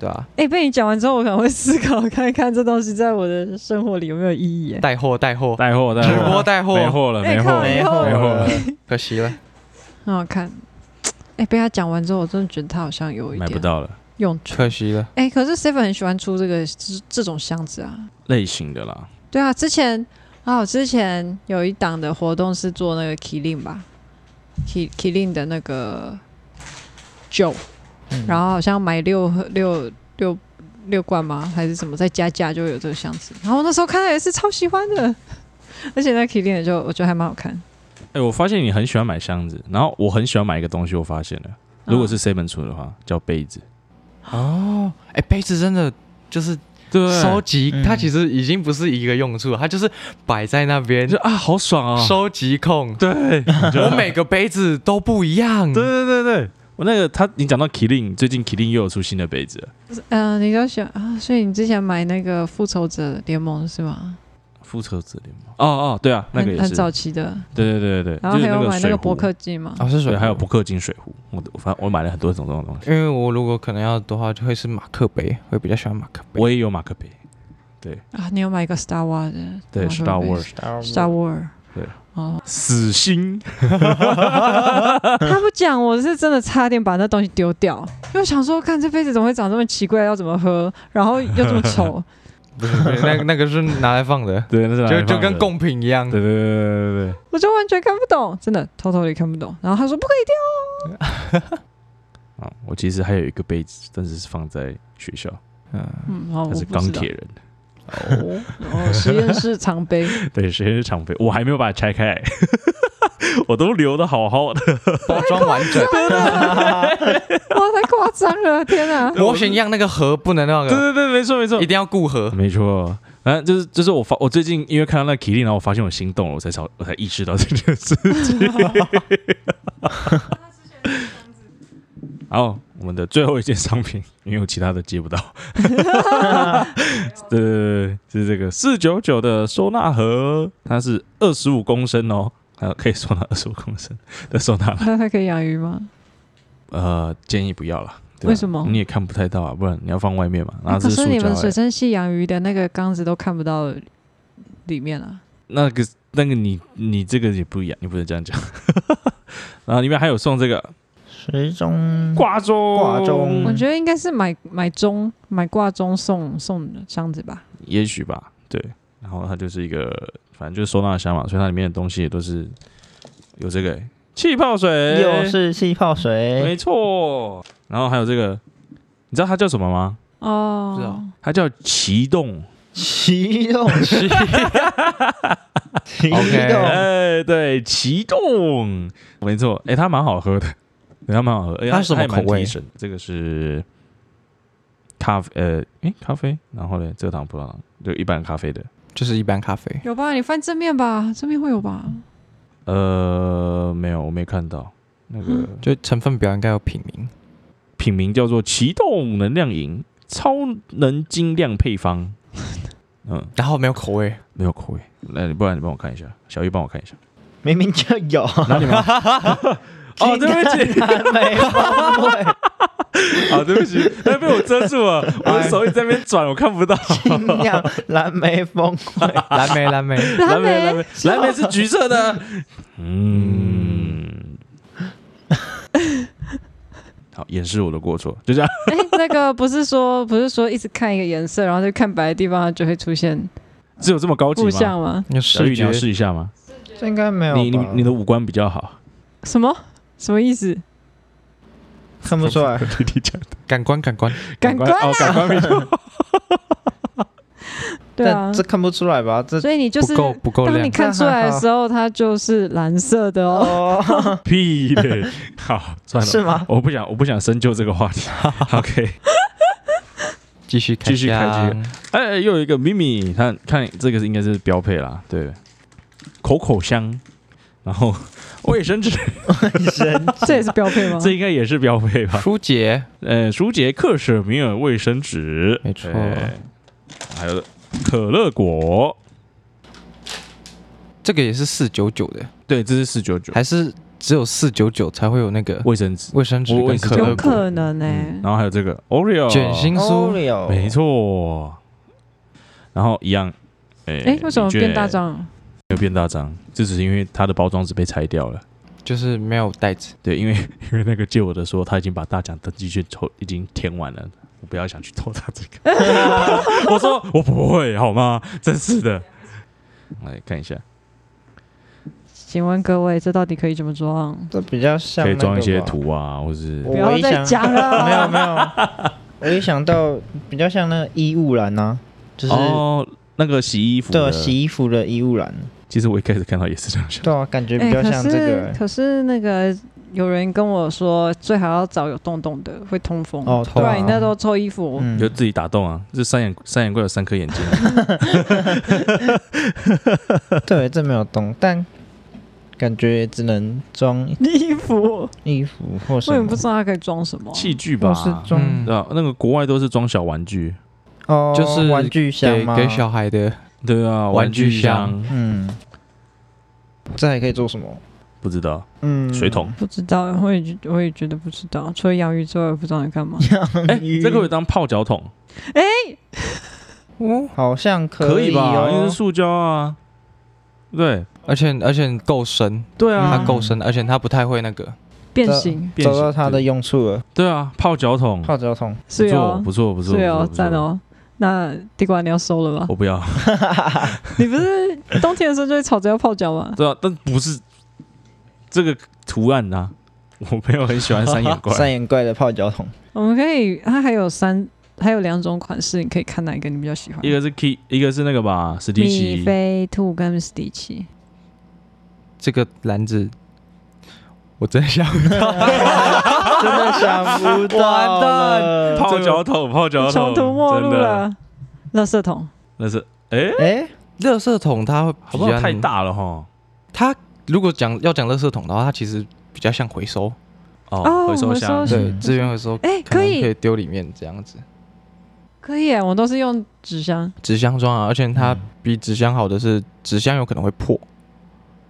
S4: 对啊吧、
S2: 哎、被你讲完之后，我可能会思考看一看这东西在我的生活里有没有意义、哎，
S4: 带货带货，
S1: 带货带
S4: 直
S1: 货
S4: 播带
S1: 没
S4: 货，
S1: 货了，
S2: 哎
S1: 没货
S2: 靠
S1: 了，
S3: 没
S2: 没货
S3: 货
S1: 没货了
S3: 了，
S4: 可惜了，
S2: 很好看。哎、被他讲完之后，我真的觉得他好像有一
S1: 买不
S2: 点
S1: 到了，
S2: 用处。
S4: 可惜了。
S2: 哎、可是 Seven 很喜欢出这个这这种箱子啊。
S1: 类型的啦，
S2: 对啊，之前啊，我之前有一档的活动是做那个 Killing 吧，Ki Killing 的那个酒，
S3: 嗯
S2: 然后好像买六盒六六六罐吗？还是什么？再加价就有这个箱子。然后那时候看到也是超喜欢的，而且那 Killing 的就我觉得还蛮好看。
S1: 哎，我发现你很喜欢买箱子，然后我很喜欢买一个东西，我发现了，如
S2: 嗯啊
S1: 果是 seven 出的话，叫杯子，
S4: 哦，哎、杯子真的就是
S1: 对
S4: 收集，
S3: 嗯
S4: 它其实已经不是一个用处，它就是摆在那边
S1: 就，啊，好爽啊！
S4: 收集控。
S1: 对，
S4: 我每个杯子都不一样，
S1: 对对对对，嗯我那个他，你讲到 Killing，最近 Killing 又有出新的杯子了，
S2: 嗯、你都喜欢啊？所以你之前买那个复仇者联盟是吗？
S1: 复仇者联盟。哦哦，对啊，那个
S2: 很
S1: 也
S2: 很
S1: 是。
S2: 早期的，
S1: 对对对对对，
S2: 然后
S1: 就
S2: 还
S1: 是
S2: 有买那
S1: 水哦
S2: 个
S1: 壶
S2: 伯，克金嘛。
S4: 啊是
S1: 对，还有
S4: 不，
S1: 伯克金水壶。我我反正我买了很多种这种东西，
S4: 因为我如果可能要的话，就会是马克杯，会比较喜欢马克杯。
S1: 我也有马克杯。
S2: 啊，你有买一个 Star Wars 的？
S1: 对，Star Wars
S2: Star Wars。
S1: 对。
S2: 哦，
S1: 死星，，
S2: 他不讲，我是真的差点把那东西丢掉，因为我想说，看这杯子怎么会长这么奇怪，要怎么喝，然后又这么丑，
S4: 不是，不是那个那个是拿来放的
S1: 对，那是拿来放
S4: 就就跟
S1: 的，
S4: 贡品一样
S1: 对。对对对对对。
S2: 我就完全看不懂，真的偷偷的看不懂。然后他说不可以丢，
S1: 啊，我其实还有一个杯子，但是是放在学校，
S4: 嗯，
S2: 嗯，然后
S1: 它
S2: 我
S1: 是
S2: 不
S1: 钢
S2: 知道
S1: 铁人，
S2: 哦， 哦，实验室常杯，
S1: 对，谁是常杯，我还没有把它拆开来， 我都留的好好的。
S4: 包装完 整，
S2: 哇，太夸张了，天 哪！
S4: 模型样那个盒不能 那
S1: 对
S4: 个，
S1: 对对，没错没错
S4: 一，定要固盒。
S1: 没错，反正就是就是我发我最近因为看到那 k i 然后我发现我心动了，我才找我才意识到这件事情。好，我们的最后一件商品，因为我其他的接不到。对对对对，是这个四九九的收纳盒，它是二十五公升哦，呃，可以收纳二十五公升的收纳盒。
S2: 那他可以养鱼吗？
S1: 呃，建议不要了。对啊
S2: 为什么
S1: 你也看不太到啊，不然你要放外面嘛。然后
S2: 啊可
S1: 是
S2: 是
S1: 塑
S2: 你
S1: 胶欸
S2: 们水
S1: 的，
S2: 生系养鱼的那个缸子都看不到里面啊。
S1: 那个那个你你这个也不一样，你不能这样讲。 然后里面还有送这个
S3: 时钟
S1: 挂钟，
S3: 挂
S1: 嗯
S3: 钟
S2: 我觉得应该是买买钟买挂钟送送的箱子吧。
S1: 也许吧，对。然后它就是一个，反正就是收纳箱嘛，所以它里面的东西也都是有这个欸气泡水，
S3: 又是气泡水，
S1: 没错。然后还有这个，你知道它叫什么吗？
S2: 哦，
S4: 不知道
S1: 它叫奇动，
S3: 奇 动
S4: 是
S3: 奇
S4: OK
S3: 动，
S1: 哎，对，奇动，没错，哎，它蛮好喝的，对，它蛮好喝，哎
S4: 它是什么
S1: 也蛮
S4: 口味
S1: 提神这个是咖啡，呃，哎，咖啡，然后嘞，这个糖葡萄糖就一般咖啡的，
S4: 就是一般咖啡，
S2: 有吧？你翻正面吧，正面会有吧？
S1: 呃，没有，我没看到那个
S4: 就成分表应该有品名。
S1: 品名叫做奇动能量饮超能精酿配方，嗯，
S4: 然后没有口味，
S1: 没有口味，来，不然你帮我看一下，小玉帮我看一下，
S3: 明明就有，
S1: 哪里吗？哦，对不 起，
S3: 没有，
S1: 啊，对不起，那被我遮住了，我的手一直在那边转，我看不到。
S3: 尽量蓝莓风味，
S4: 蓝莓蓝莓，
S1: 蓝莓，
S2: 莓
S1: 蓝莓，蓝莓是橘色的。 嗯， 好，掩饰我的过错，就这样。
S2: 哎、那个不是说不是说一直看一个颜色，然后就看白的地方它就会出现
S1: 只有这么高级
S2: 负向
S1: 吗？
S2: 吗？
S4: 有
S1: 小玉，
S4: 视
S1: 你要
S4: 觉
S1: 试一下吗？
S3: 这应该没有吧。
S1: 你你你的五官比较好，，
S2: 什么什么意思？
S3: 看不出来
S1: 弟弟讲的
S4: 感官感官，
S2: 感官
S4: 啊
S1: 哦，感官比较好。
S2: 对啊
S3: 但这，看不出来吧？这
S2: 所以你就
S4: 不
S2: 是
S4: 够不够
S2: 当
S4: 亮
S2: 你。看出来的时候，它就是蓝色的 哦。
S3: 哦，
S1: 屁嘞！好，算了，
S3: 是吗？
S1: 我不想，我不想深究这个话 题。OK，
S4: 继续
S1: 继续开
S4: 开
S1: 机哎，又有一个咪咪，他看这个是应该是标配啦，对，口口香，然后卫生纸，
S4: 啊
S3: 神
S4: 哦
S2: 这也是标配吗？
S1: 这应该也是标配吧？
S4: 舒洁，
S1: 呃，舒洁克舍米尔卫生纸，
S4: 没错
S1: 哎还有可乐果，
S4: 这个也是四九九的，
S1: 对，这是四九九
S4: 还是只有四九九才会有那个
S1: 卫生纸，
S4: 卫生纸
S1: 我我也
S4: 跟
S1: 是这
S4: 可嗯
S1: 样
S4: 乐
S2: 有
S1: 觉得
S4: 果？
S2: 可能欸呢、
S1: 然后还有这个 Oreo
S4: 卷心
S2: 哦
S4: 酥，
S3: Oreo，
S1: 没，错，然后一样，哎、
S2: 哎、为什么
S1: 你觉
S2: 变大
S1: 得
S2: 张？
S1: 没有变大张，这只是因为它的包装纸被拆掉了。
S4: 就是没有袋子。
S1: 对，因为因为那个借我的说他已经把大奖登记券抽已经填完了，我不要想去偷他这个。 我说我不会好吗？真是的。来看一下，
S2: 请问各位，这到底可以怎么装？
S3: 这比较像
S1: 可以装一些
S3: 那个吧。
S1: 图啊，或是
S3: 我
S2: 不要
S3: 一
S2: 再
S3: 想
S2: 讲了， 哎
S3: 没有没有，我一想到比较像那个衣物篮呐，就是
S1: 哦那个洗衣服
S3: 对
S1: 的
S3: 啊洗衣服的衣物篮，
S1: 其实我一开始看到也是这样想，
S3: 对啊，感觉比
S2: 哎、
S3: 较
S2: 可
S3: 像这
S2: 是
S3: 个。欸
S2: 可是那个有人跟我说，最好要找有洞洞的，会通风，
S3: 哦，
S2: 不
S3: 对啊
S2: 然你那都抽衣服。
S1: 你
S3: 嗯
S1: 就自己打洞啊。这三眼三眼怪有三颗眼 睛，
S3: 对，这没有动，但感觉也只能装
S2: 衣服，
S3: 衣服或什
S2: 我也不
S3: 么
S2: 知。道它可以装什么。啊
S1: 器具吧
S3: 或。是装
S4: 嗯
S1: 对啊，那个国外都是装小玩具，
S3: 哦，
S4: 就是
S3: 玩具箱
S4: 给
S3: 吗？
S4: 给小孩的
S1: 对啊，
S4: 玩具
S1: 具箱
S3: 嗯，这还可以做什么？
S1: 不知 道
S3: 嗯，
S1: 水桶，
S2: 不知道，我也觉我也觉得不知道。除了养鱼之外，我不知道能干嘛。
S1: 哎，这个可以当泡脚桶，
S3: 好像
S1: 可
S3: 以
S1: 吧？因为
S3: 哦
S1: 是。塑胶啊，对
S4: 而且而且够深，
S1: 对
S4: 它
S1: 啊
S3: 嗯，
S4: 够深，而且它不太会那个。
S2: 变形
S1: 变
S3: 找
S1: 形
S3: 到它的用处了，
S1: 对啊，泡脚桶，
S3: 泡脚桶。
S1: 呃不
S2: 是
S1: 错
S2: 哦，
S1: 不错不错，
S2: 是哦，
S1: 不错
S2: 赞！哦。那地瓜你要收了
S1: 不
S2: 吧
S1: 错？我不要，
S2: 你不是冬天的时候就会吵着要泡脚吗？
S1: 对啊，但不是这个图案啊，我没有很喜欢三眼
S3: 三
S1: 怪，
S3: 眼怪的泡脚桶，
S2: 我们可以，它还有三，还有两种款式，你可以看哪一个你比较喜欢
S1: 一。个是 key，一个是那个吧，史迪
S2: 米
S1: 奇，
S2: 菲兔跟史迪奇，
S4: 这个篮子，我真 想不到，
S3: 真的想不到了。
S1: 泡脚桶，泡脚
S2: 穷
S1: 桶，
S2: 途末
S1: 真
S2: 路
S1: 的，
S2: 了。垃圾桶，
S1: 那是哎，
S3: 哎，
S4: 垃圾桶它会
S1: 好
S4: 比
S1: 不好？
S4: 较
S1: 太。大了哈，
S4: 它如果讲要讲垃圾桶的话，它其实比较像回收，
S1: 哦，
S2: 哦
S1: 回收箱
S2: 回收，
S4: 对
S3: 嗯，
S4: 资源回收，
S2: 哎，可
S4: 可能可以
S2: 以，
S4: 丢里面这样子，
S2: 可以耶，我都是用纸箱，
S4: 纸箱装啊。而且它
S1: 嗯
S4: 比纸箱好的是，纸箱有可能会破，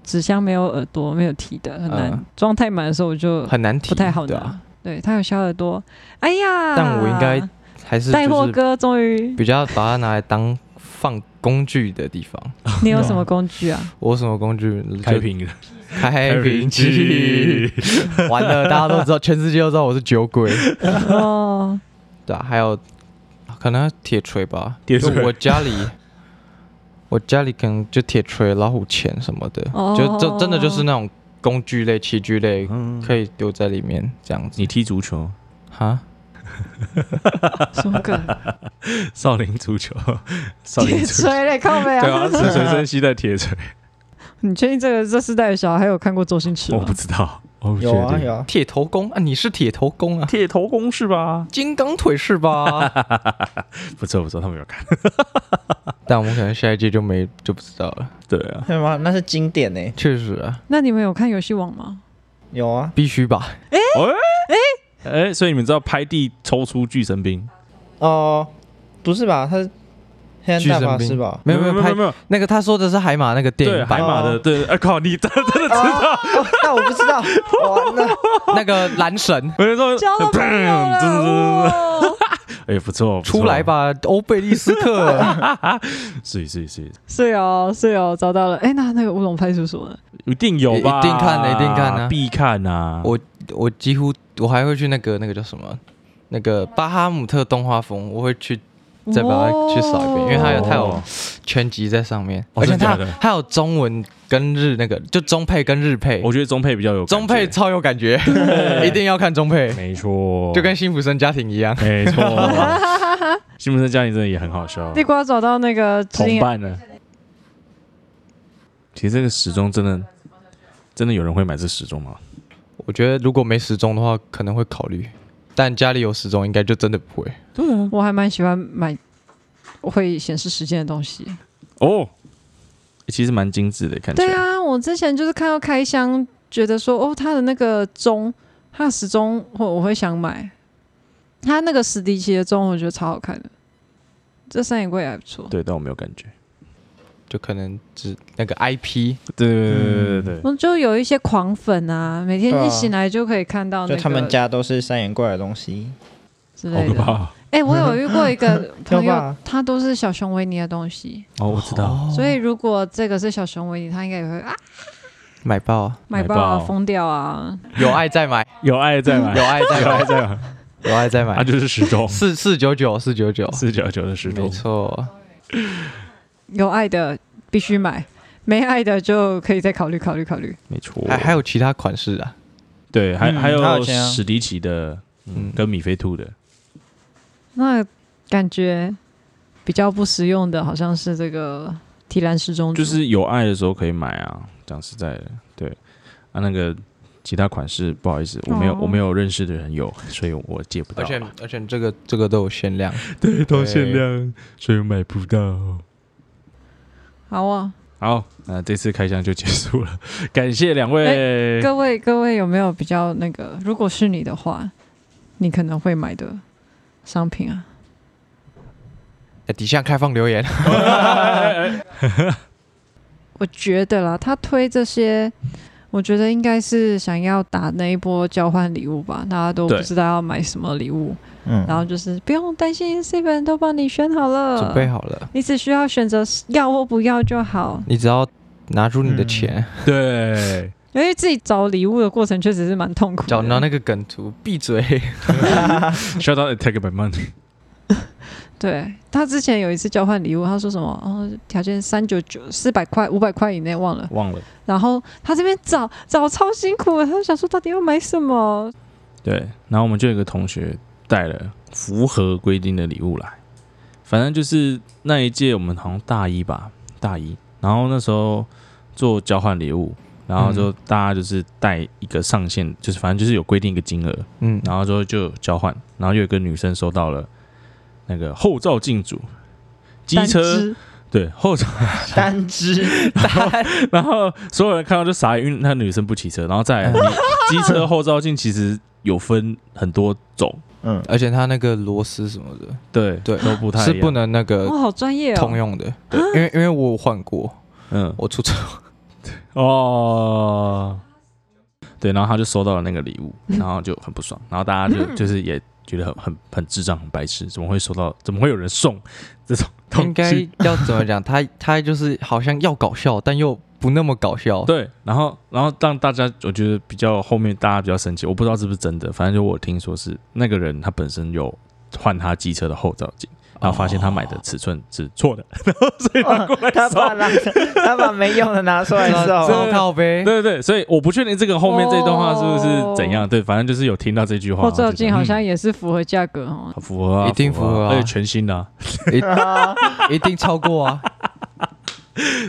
S2: 纸箱没有耳朵，没有提的，很难
S1: 呃
S4: 嗯
S2: 装太满的时候我就
S4: 很难提，
S2: 嗯不太好
S4: 对啊
S2: 拿。。对，它有小耳朵。哎呀，
S4: 但我应该还是
S2: 带
S4: 就
S2: 货
S4: 是
S2: 哥终于，
S4: 比较把它拿来当放工具的地方。
S2: 你有什么工具啊？
S4: 我有什么工具？
S1: 开
S4: 就
S1: 瓶的，
S4: 开瓶器。
S1: 器，
S4: 完了，大家都知道，全世界都知道我是酒鬼，
S2: 哦，
S4: 对啊，还有可能铁锤吧，
S1: 铁锤
S4: 就我家里，我家里可能就铁锤、老虎钳什么的，
S2: 哦
S4: 就这真的就是那种工具类、器具类，
S1: 嗯，
S4: 可以丢在里面这样子
S1: 你踢足球，
S4: 哈。
S2: 什么梗？
S1: 少林足球，少林
S2: 铁
S1: 足球，
S2: 锤嘞，靠背
S1: 对
S2: 啊！
S1: 啊，是随身携带铁锤，
S2: 你确定这个这世代的小孩有看过周星驰
S1: 我
S2: 吗
S4: 哦
S1: 不？知道，我不确
S3: 有啊
S1: 定。
S3: 有啊，
S4: 铁头功啊，你是铁头功啊，
S1: 铁头功是吧？
S4: 金刚腿是 吧？
S1: 不错不错，他们有看。
S4: 但我们可能下一届就没就不知道了。
S1: 对啊，
S3: 对吗？那是经典呢、
S4: 确实啊，
S2: 那你们有看游戏网 吗？
S3: 有啊，
S4: 必须吧？
S1: 哎，所以你们知道拍地抽出巨神兵？
S3: 哦，不是吧？他是黑暗大法师吧？
S4: 没有没有
S1: 没
S4: 拍
S1: 有没有，
S4: 那个他说的是海马那个电
S1: 对
S4: 影
S1: 海
S4: 版， 哦
S1: 马的，对，哎靠， 你真的真的知道？
S3: 哦那我不知道，完了，
S4: 那个蓝神
S1: 我就说，
S2: 交 到朋友了，哦
S1: 砰
S2: 哇
S1: 哎不错，不错
S4: 出来，吧，欧贝利斯特。
S1: 是是是，
S2: 是哦是哦，找到了。哎，那那个乌龙派出所呢？
S1: 一定有吧？
S4: 一定看的一定看啊
S1: 必看啊！
S4: 我我几乎我还会去那个那个叫什么，那个巴哈姆特动画风，我会去再把它去扫一遍，因为它有它有
S1: 哦
S4: 全集在上面，
S1: 哦
S4: 而且
S1: 真的
S4: 它
S1: 假的
S4: 它有中文跟日那个，就中配跟日配，
S1: 我觉得中配比哦较有感
S4: 中配
S1: 觉
S4: 超有感觉， 一定要看中配，
S1: 没错，
S4: 就跟辛普森家庭一样。
S1: 没 错，辛普森家庭真的也很好笑，
S2: 地瓜找到那个啊知
S1: 同
S2: 音，
S1: 伴呢？其实这个时钟真的，真的有人会买这时钟吗？
S4: 我觉得如果没时钟的话，可能会考虑，但家里有时钟应该就真的不会。
S1: 对啊，
S2: 我还蛮喜欢买会显示时间的东西。
S1: 哦，其实蛮精致的，看起来。
S2: 对啊，我之前就是看到开箱，觉得说哦，它的那个钟，它的时钟，我我会想买。它那个史迪奇的钟，我觉得超好看的。这三眼柜还不错。
S1: 对，但我没有感觉。
S4: 就可能只那个 IP
S1: 对对对对对，
S2: 我就有一些狂粉啊，每天
S3: 对啊
S2: 一醒来就可以看到哦那
S3: 就
S2: 个
S3: 他们家都是三眼怪的东西，
S2: 之
S1: 好
S2: 类
S1: 可
S2: 的。
S1: 怕哦
S2: 哎、我 有遇过一个朋
S3: 要
S2: 友
S3: 吧，
S2: 他都是小熊维尼的东西，
S1: 哦！我知道，
S2: 所以如果这个是小熊维尼，他应该也会啊
S4: 买爆啊，
S2: 买
S1: 买
S2: 爆啊，
S1: 爆
S2: 疯掉啊！
S4: 有爱再 买，
S1: 有爱在买，哦
S4: 有爱再
S1: 有爱
S4: 买，
S1: 在 买，
S4: 有爱再
S1: 它
S4: 买，
S1: 就是时钟，
S4: 四四九九四九九，
S1: 四九九的时
S4: 没
S1: 钟。
S4: 错，
S2: 有爱的必须买，没爱的就可以再考虑考虑考虑。
S1: 没错，
S4: 还还有其他款式啊，
S1: 对，还
S3: 嗯
S1: 还
S3: 还
S1: 有
S3: 有谁啊
S1: 史迪奇的，嗯，
S4: 嗯
S1: 跟米菲兔的，
S2: 那感觉比较不实用的，好像是这个提兰时钟组，
S1: 就是有爱的时候可以买啊。讲实在的，对啊，那个其他款式不好意思，我没有
S2: 哦
S1: 我没有认识的人有，所以我借不到
S4: 而且
S1: 啊。
S4: 而且这个这个都有限 量，
S1: 对，
S4: 都限
S1: 量，所以买不到。
S2: 好啊。
S1: 好，那这次开箱就结束了，感谢两位。
S2: 各位各位有没有比较那个？如果是你的话，你可能会买的商品啊？
S4: 哎底下开放留言，
S2: 我觉得啦，他推这些，我觉得应该是想要打那一波交换礼物吧，大家都不
S1: 对
S2: 知道要买什么礼物，
S3: 嗯，
S2: 然后就是不用担心，Seven 都帮你选好了，
S4: 嗯准备好了，
S2: 你只需要选择要或不要就好。
S4: 你只要拿出你的
S3: 嗯
S4: 钱，
S1: 对，
S2: 因为自己找礼物的过程确实是蛮痛苦的。
S4: 找到那个梗图，闭嘴，
S1: Shut up and take my money。
S2: 对他之前有一次交换礼物，他说什么？哦，条件三九九、四百块、五百块以内忘了。
S1: 忘了。
S2: 然后他这边找找超辛苦的，他就想说到底要买什么？
S1: 对，然后我们就有一个同学带了符合规定的礼物来，反正就是那一届我们好像大一吧，大一，然后那时候做交换礼物，然后就大家就是带一个上限，就是反正就是有规定一个金额，
S4: 嗯，
S1: 然后之后就交换，然后有一个女生收到了那个后照镜组。机
S2: 单
S1: 车
S2: 只
S1: 对后照，
S3: 单只
S1: 然后所有人看到就傻眼，因为那女生不骑车，然后再来你机车后照镜其实有分很多种，
S3: 嗯，
S4: 而且它那个螺丝什么的
S1: 对
S4: 对
S1: 都不太一
S4: 嗯是
S1: 样
S4: 不能那
S1: 呃
S4: 个
S2: 哇，好专业
S4: 通
S2: 哦！
S4: 用的，对，啊因为因为我有换过，
S1: 嗯
S4: 我出车
S1: 哦，对，然后他就收到了那个礼 物，然后就很不爽，然后大家就就是也觉得很很很智障、很白痴，怎么会收到？怎么会有人 送这种东西？
S4: 应该要怎么讲？他他就是好像要搞笑，但又不那么搞笑。
S1: 对，然后然后让大家我觉得比较后面大家比较生气，我不知道是不是真的，反正就我听说是那个人他本身有换他机车的后照镜。然后发现他买的尺寸是错的， 然
S2: 哦
S1: 后所以他过来
S3: 哦他
S1: 收。
S3: 把拿他把没用的拿出来
S4: 知道，
S3: 之
S4: 知 道
S1: 这
S3: 后，
S4: 靠呗。
S1: 对对对，所以我不确定这个后面这段话是不是怎样，对，反正就是有听到这句话。
S2: 哦后照镜
S1: 然后
S2: 好
S1: 就觉得嗯
S2: 像也是符合价格哦。
S1: 符合啊，
S4: 一定符合啊
S1: 而且全新的、 啊，
S4: 一定超过啊！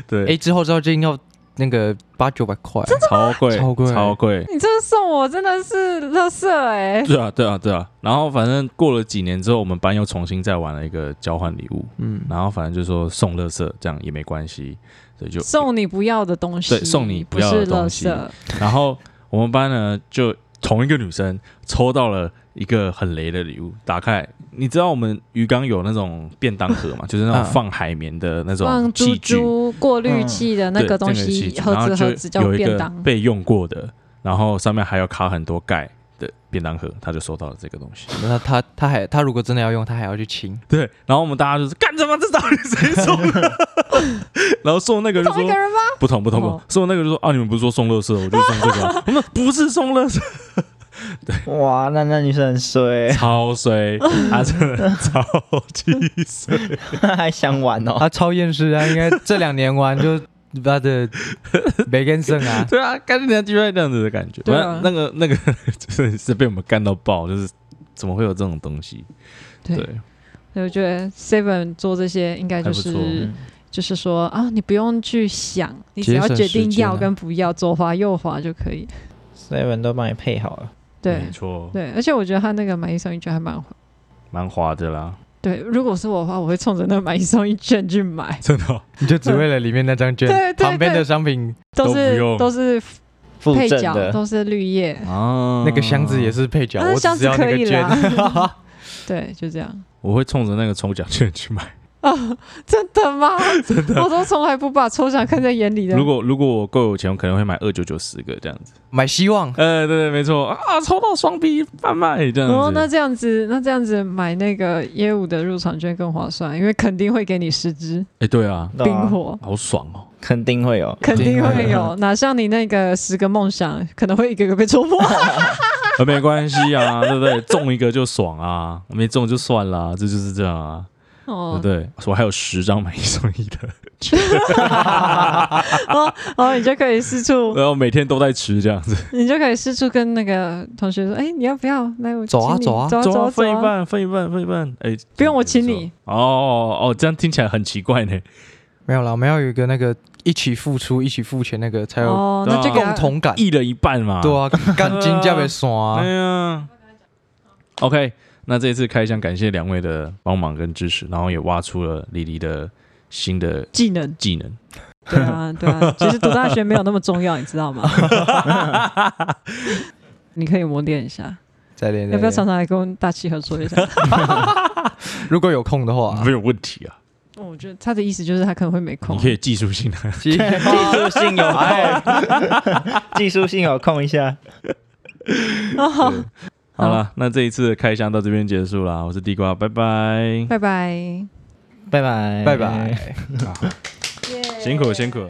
S1: 对，
S4: 哎，之后照镜要那个八九百块，
S1: 超贵，
S4: 超贵
S1: 超贵，
S2: 你这个送我真的是乐色哎！
S1: 对啊，对啊，对啊。然后反正过了几年之后，我们班又重新再玩了一个交换礼物，
S4: 嗯，
S1: 然后反正就说送乐色这样也没关系，所以 就。
S2: 送你不要的东西，
S1: 对送你
S2: 不
S1: 不要的
S2: 是垃
S1: 东西
S2: 圾。
S1: 然后我们班呢就同一个女生抽到了一个很雷的礼物，打开，你知道我们鱼缸有那种便当盒 嘛，就是那种
S4: 嗯
S1: 放海绵的那种
S2: 放
S1: 器
S2: 猪
S1: 具，嗯
S2: 猪过滤器的那
S1: 对
S2: 个东
S1: 这器
S2: 西，
S1: 具
S2: 盒
S1: 然后
S2: 子
S1: 就
S2: 盒子叫
S1: 有一
S2: 便
S1: 个
S2: 当。
S1: 被用过的，然后上面还有卡很多盖的便当盒，他就收到了这个东西。
S4: 那他他还他如果真的要用，他还要去清。
S1: 对，然后我们大家就是干什么？这到底谁送的？然后送那个就
S2: 同
S1: 说
S2: 一个人吗？
S1: 不同不同不同
S2: 哦，
S1: 送那个就说啊，你们不是说送乐色，我就送这个啊。我们不是送乐色，
S3: 哇，那那女生很衰、
S1: 哎 超衰，他真的超级衰。
S3: 还想玩哦？
S4: 他超厌世啊，应该这两年玩就他的没跟上 啊。
S1: 对啊，干人家居然这样子的感觉，
S2: 对啊
S1: 反正那个那个 真的是被我们干到爆，就是怎么会有这种东西？
S2: 对
S1: 对，
S2: 所以我觉得 Seven 做这些应该就
S1: 还不错
S2: 是
S3: 嗯
S2: 就是说啊，你不用去想，你只要
S4: 节省
S2: 决定
S4: 时间啊
S2: 要跟不要，左滑右滑就可以。
S3: ，seven 都帮你配好了，
S2: 对
S1: 没错，
S2: 对，而且我觉得他那个买一送一券还蛮
S1: 蛮滑的啦，
S2: 对。如果是我的话，我会冲着那个买一送一券去买，
S1: 真的哦、
S4: 你就只为了里面那张
S2: 对对
S4: 券，
S2: 对
S4: 旁边的商品
S1: 都
S2: 都
S1: 不
S2: 是
S1: 用
S2: 是
S3: 附
S2: 配
S3: 赠
S2: 角，
S3: 的，
S2: 都是绿叶。
S1: 啊
S4: 那个箱子也是配角，
S2: 啊
S4: 我只是要那个券
S2: 箱子。对，就这样。
S1: 我会冲着那个抽奖券去买。
S2: 啊，真的吗？ 我都从来不把抽奖看在眼里 的。
S1: 如果如果我够有钱，我可能会买二九九十个这样子。
S4: 买希望，
S1: 呃，对对，没错啊，抽到双币贩卖这样子。
S2: 哦，那这样子，那这样子买那个业务的入场券更划算，因为肯定会给你十支
S1: 哎，对啊，
S3: 对
S2: 冰
S3: 啊
S2: 火，
S1: 好爽哦。
S3: 肯定会有。
S2: 肯定
S4: 肯
S2: 会
S4: 定
S2: 有，哪像你那个十个梦想，可能会一个个被戳破。
S1: 啊，没关系啊，对不对？中一个就爽啊，没中就算啦，这就是这样啊，对
S2: 哦
S1: 不，对？我还有十张买一送一的，
S2: 哦，哦，你就可以四处，
S1: 然后每天都在吃这样子，
S2: 你就可以四处跟那个同学说，哎，你要不要？来，我
S4: 走啊
S2: 请你
S4: 走啊
S2: 走啊走啊
S1: 分一
S2: 走啊，
S1: 半，分一半，分一半，哎，
S2: 不用我请你。
S1: 哦哦，哦这样听起来很奇怪呢。
S4: 没有啦，我们要有一个那个一起付出、一起付钱那个才有
S2: 哦，
S1: 对啊
S2: 那就给他
S4: 共同感。
S1: 一人一半嘛。
S4: 对，啊，干金加倍爽
S1: 哎
S4: 啊！
S1: 呀，OK，那这一次开箱感谢两位的帮忙跟支持，然后也挖出了李黎的新的
S2: 技能。
S1: 技能。
S2: 对啊，对啊，其实读大学没有那么重要，你知道吗？你可以磨练一下，
S4: 再练，
S2: 要不要
S4: 再
S2: 常
S4: 练
S2: 常来跟大气合作一下？
S4: 如果有空的 话
S1: 没，有问题啊，
S2: 哦我觉得他的意思就是他可能会没空
S1: 你。可以技术性的。
S4: 技
S3: 技术性有空， 技术性有空一下。
S1: 对好了，那这一次的开箱到这边结束啦。我是地瓜，拜拜。
S2: 拜拜，
S3: 拜拜，
S4: 拜拜。
S1: 辛苦辛苦。